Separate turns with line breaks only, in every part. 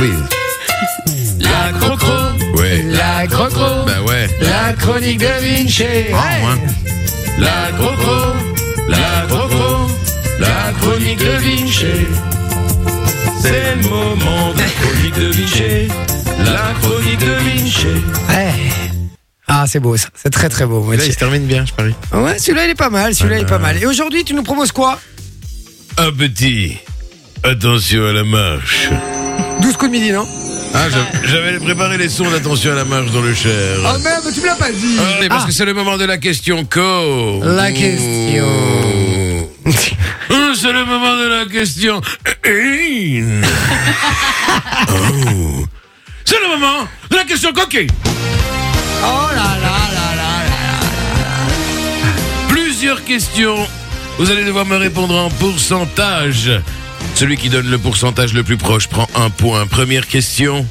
oui.
La crocro,
Ouais.
la crocro,
Bah ouais.
la chronique de Vinci.
Oh, hein.
La crocro, la crocro, la chronique de Vinci. C'est le moment de la chronique de Vinci. La chronique de Vinci.
Ah, c'est beau, ça. c'est très très beau.
Là, il se termine bien, je parie.
Ouais, celui-là il est Ah. pas mal, celui-là il est pas mal. Et aujourd'hui, tu nous proposes quoi
Un petit, attention à la marche.
12 coups de midi, non
Ah, je- j'avais préparé les sons d'attention à la marche dans le cher.
Oh merde, tu me l'as pas dit
Ah, mais parce
Ah.
que c'est le moment de la question co.
La question.
Ouh. Ouh, Hmm. c'est le moment de la question. In. Oh. C'est le moment de la question coquée.
Oh là là là là là
Plusieurs questions. Vous allez devoir me répondre en pourcentage. Celui qui donne le pourcentage le plus proche prend un point. Première question.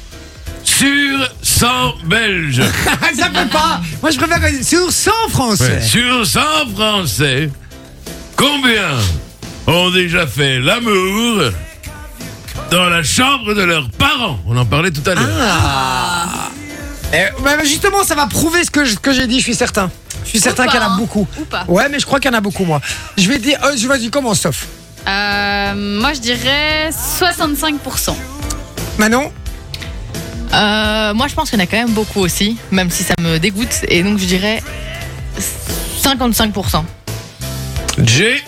Sur 100 Belges.
Ah, ça peut pas Moi je préfère quand sur 100 français
Sur 100 Français, combien ont déjà fait l'amour dans la chambre de leurs parents On en parlait tout à l'heure.
Ah. Eh, bah, bah, justement, ça va prouver ce que je- ce que j'ai dit, je suis certain. Je suis certain
pas,
qu'il y en a
hein.
beaucoup.
Ou pas.
Ouais, mais je crois qu'il y en a beaucoup, moi. Je vais dire, euh, je- vas-y, commence, sauf.
Euh, moi, je dirais 65%.
Manon
Euh, moi, je pense qu'il y en a quand même beaucoup aussi, même si ça me dégoûte. Et donc, je dirais 55%.
J'ai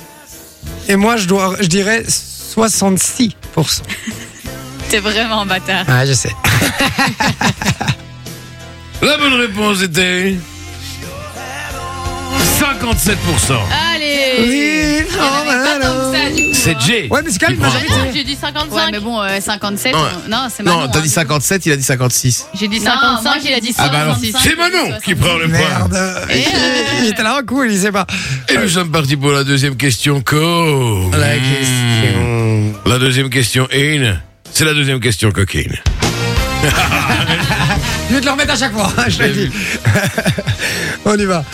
Et moi, je, dois, je dirais 66%.
T'es vraiment un bâtard.
Ouais, je sais.
la bonne réponse était 57%.
Ah.
Allez
Live
Il y en avait pas
on
tant que ça, du coup,
C'est
hein.
Jay.
Ouais, mais c'est
qui
quand même
prend un
majorité.
point.
Non, j'ai dit 55.
Ouais, mais bon, euh, 57,
Ouais.
on- non, c'est Manon.
Non, t'as
hein.
dit 57, il a dit 56.
J'ai dit
Non, moi,
55,
j'ai
il a
dit
dit
Ah bah alors,
66.
C'est Manon qui prend le point.
Merde.
Et, euh,
J'étais là en cool, il sait pas.
Et nous sommes partis pour la deuxième question, Co.
La
Mmh.
question.
La deuxième question, In. C'est la deuxième question, Coquine.
Je vais te le remettre à chaque fois, hein, je l'ai
J'ai
dit. on y va.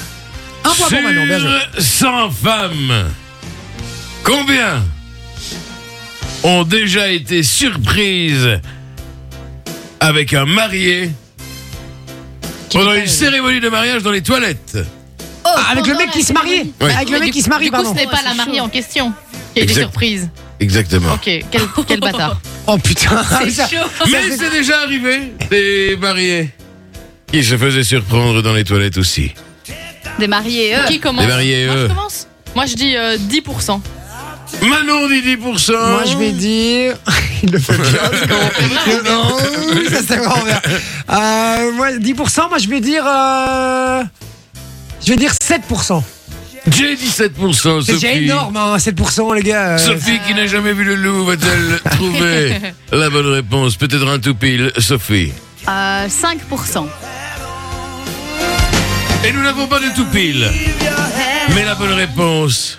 Un point pour Manon, bien joué.
Sur 100 femmes, combien ont déjà été surprises avec un marié pendant une cérémonie de mariage dans les toilettes
Ah, avec le mec qui se mariait.
Ouais.
Avec le
Mais
mec
du
qui
coup-
se marie,
Du coup,
pardon.
ce n'est pas
Ouais,
la
c'est
mariée
chaud.
en question qui a été
Exact.
surprise.
Exactement.
Ok, quel, quel bâtard.
Oh putain. ça-
Mais c'est déjà arrivé des mariés qui se faisaient surprendre dans les toilettes aussi.
Des mariés, eux.
Qui commence
Les mariés,
Moi,
eux.
je commence. Moi, je dis euh, 10%.
Manon dit 10%.
Moi, je vais dire. Il le fait bien. ce con. non, ça c'est vraiment bien. Euh, moi, 10%, moi, je vais dire. euh, Je vais dire 7%.
J'ai 17%, Sophie.
C'est déjà énorme, hein, 7%, les gars. euh.
Sophie qui n'a jamais vu le loup va-t-elle trouver la bonne réponse Peut-être un tout pile, Sophie.
Euh, 5%.
Et nous n'avons pas de tout pile. Mais la bonne réponse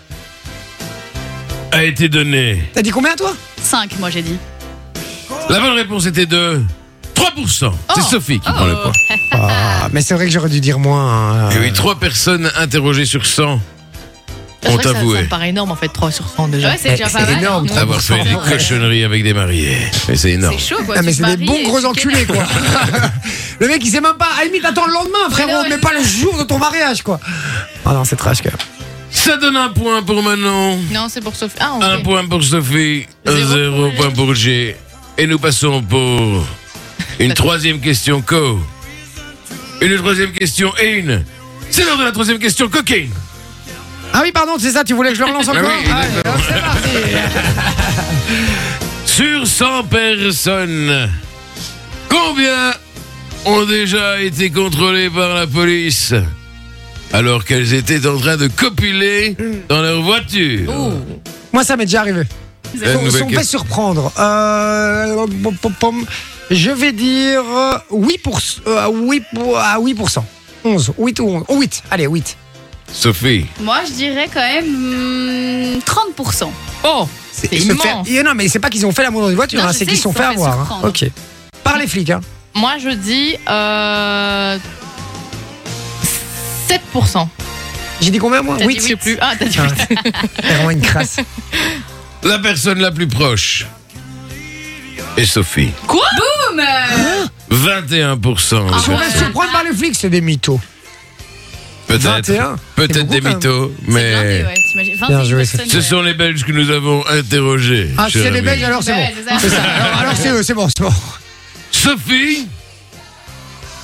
a été donnée.
T'as dit combien, toi
5, moi, j'ai dit.
La bonne réponse était de 3%. C'est
Oh. Ah.
Sophie qui prend le point.
Ah, mais c'est vrai que j'aurais dû dire moins. hein.
Et Eh oui, 3 personnes interrogées sur 100
C'est
ont
vrai que ça, ça
avoué
me paraît énorme, en fait, 3 sur 100 déjà.
Ouais, c'est déjà
c'est
pas mal.
énorme,
hein.
avoir fait des cochonneries avec des mariés. Mais c'est énorme.
C'est chaud, quoi.
Ah,
tu
mais
te
c'est des
maries
bons
et
gros
tu
enculés, quoi. le mec, il sait même pas. À la limite, attends le lendemain, frérot,
non,
mais
il-
pas le jour de ton mariage, quoi. Ah non, c'est trash, quand même.
Ça donne un point pour Manon.
Non, c'est pour Sophie. Ah, ok.
Un point pour Sophie, un
Zéro
zéro
pour
point pour G. Et nous passons pour une troisième question co. Une troisième question et une. C'est l'heure de la troisième question cocaine.
Ah oui, pardon, c'est ça, tu voulais que je le relance
Ah
encore
oui,
Allez, hop, c'est parti.
Sur 100 personnes, combien ont déjà été contrôlées par la police alors qu'elles étaient en train de copuler
Mm.
dans leur voiture
Moi, ça m'est déjà arrivé.
Et une
Si on- si
nouvelle
on fait
question.
surprendre, euh, pom, pom, pom, je vais dire euh, 8 pour, euh, 8 pour- à 8%. 11, 8 ou 11. Oh, 8, allez, 8.
Sophie,
Moi, je dirais quand même hmm, 30%.
Oh, c'est
Ils se faire-
immense.
Et non, mais c'est pas qu'ils ont fait l'amour dans une voiture,
Non,
hein,
je
c'est
sais,
qu'ils
ils
se sont
se
fait
sont fait
avoir. hein.
surprendre.
Ok. Par les flics, hein.
Moi, je dis euh, 7%.
J'ai dit combien moi
T'as dit
Oui,
je sais plus. Ah, t'as dit
Ah,
huit.
c'est vraiment une crasse.
la personne la plus proche et Sophie.
Boum euh,
21%.
Je
monsieur.
vais surprendre par les flics, Ah, c'est des mythos.
Peut-être.
21.
Peut-être des
C'est beaucoup, hein.
mythos,
C'est blindé,
mais.
ouais, t'imagines.
Bien
21
joué,
personnes,
Ce sont les Belges que nous avons interrogés.
Ah, si
cher
c'est des
ami.
Belges, alors c'est
Bah Ouais,
bon.
c'est ça.
C'est ça. Alors, alors c'est eux, c'est bon, c'est bon.
Sophie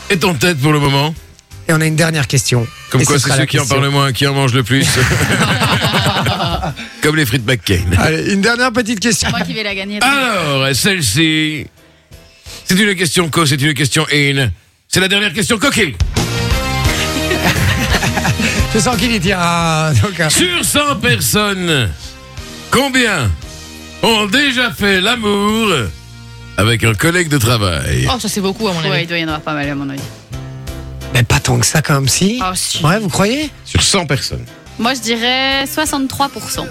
est en tête pour le moment.
Et on a une dernière question.
Comme
Et
quoi,
ce
c'est
sera
ceux
la
qui en
question.
parlent le moins qui en mangent le plus. Comme les frites McCain.
Allez, une dernière petite question.
C'est moi qui vais la gagner.
Alors, celle-ci. C'est une question co, c'est une question in. C'est la dernière question coquille.
Je sens qu'il y tient. Donc, euh,
Sur 100 personnes, combien ont déjà fait l'amour avec un collègue de travail
Oh, ça c'est beaucoup à mon
Ouais,
avis.
il doit y en avoir pas mal à mon avis.
mais pas tant que ça, quand même, si.
Ah, si.
Ouais, vous croyez
Sur 100 personnes.
Moi, je dirais 63%.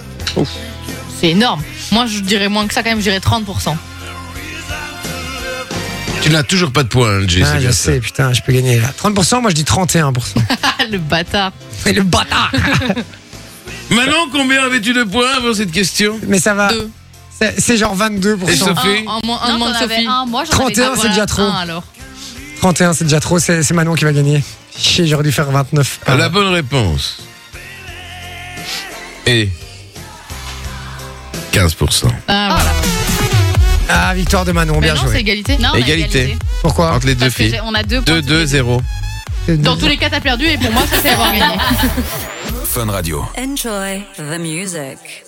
C'est énorme. Moi, je dirais moins que ça quand même, je dirais 30%.
Tu n'as toujours pas de points, Angie. c'est
ah, Je
bien ça.
sais, putain, je peux gagner là. 30%, moi je dis 31%.
Ah, le bâtard.
mais le bâtard
Manon, combien avais-tu de points avant cette question
Mais ça va.
Deux.
C'est- C'est genre 22%.
Et Sophie
Un, un, moins- un
Non,
moins de
t'en avais
Sophie.
un, moi j'en
31,
avais
c'est déjà trop.
Un, alors.
31, c'est déjà trop, c'est c'est Manon qui va gagner. Chier, j'aurais dû faire 29.
La bonne réponse est 15%.
Ah, voilà.
Ah, victoire de Manon,
Mais
bien
non, c'est
joué.
égalité.
Non, on a
Égalité.
égalisé.
Pourquoi
Entre les deux
Parce que
filles.
j'ai- on a deux points.
2-2-0.
Dans tous les cas, t'as perdu et pour moi, ça c'est avoir gagné.
Enjoy the music.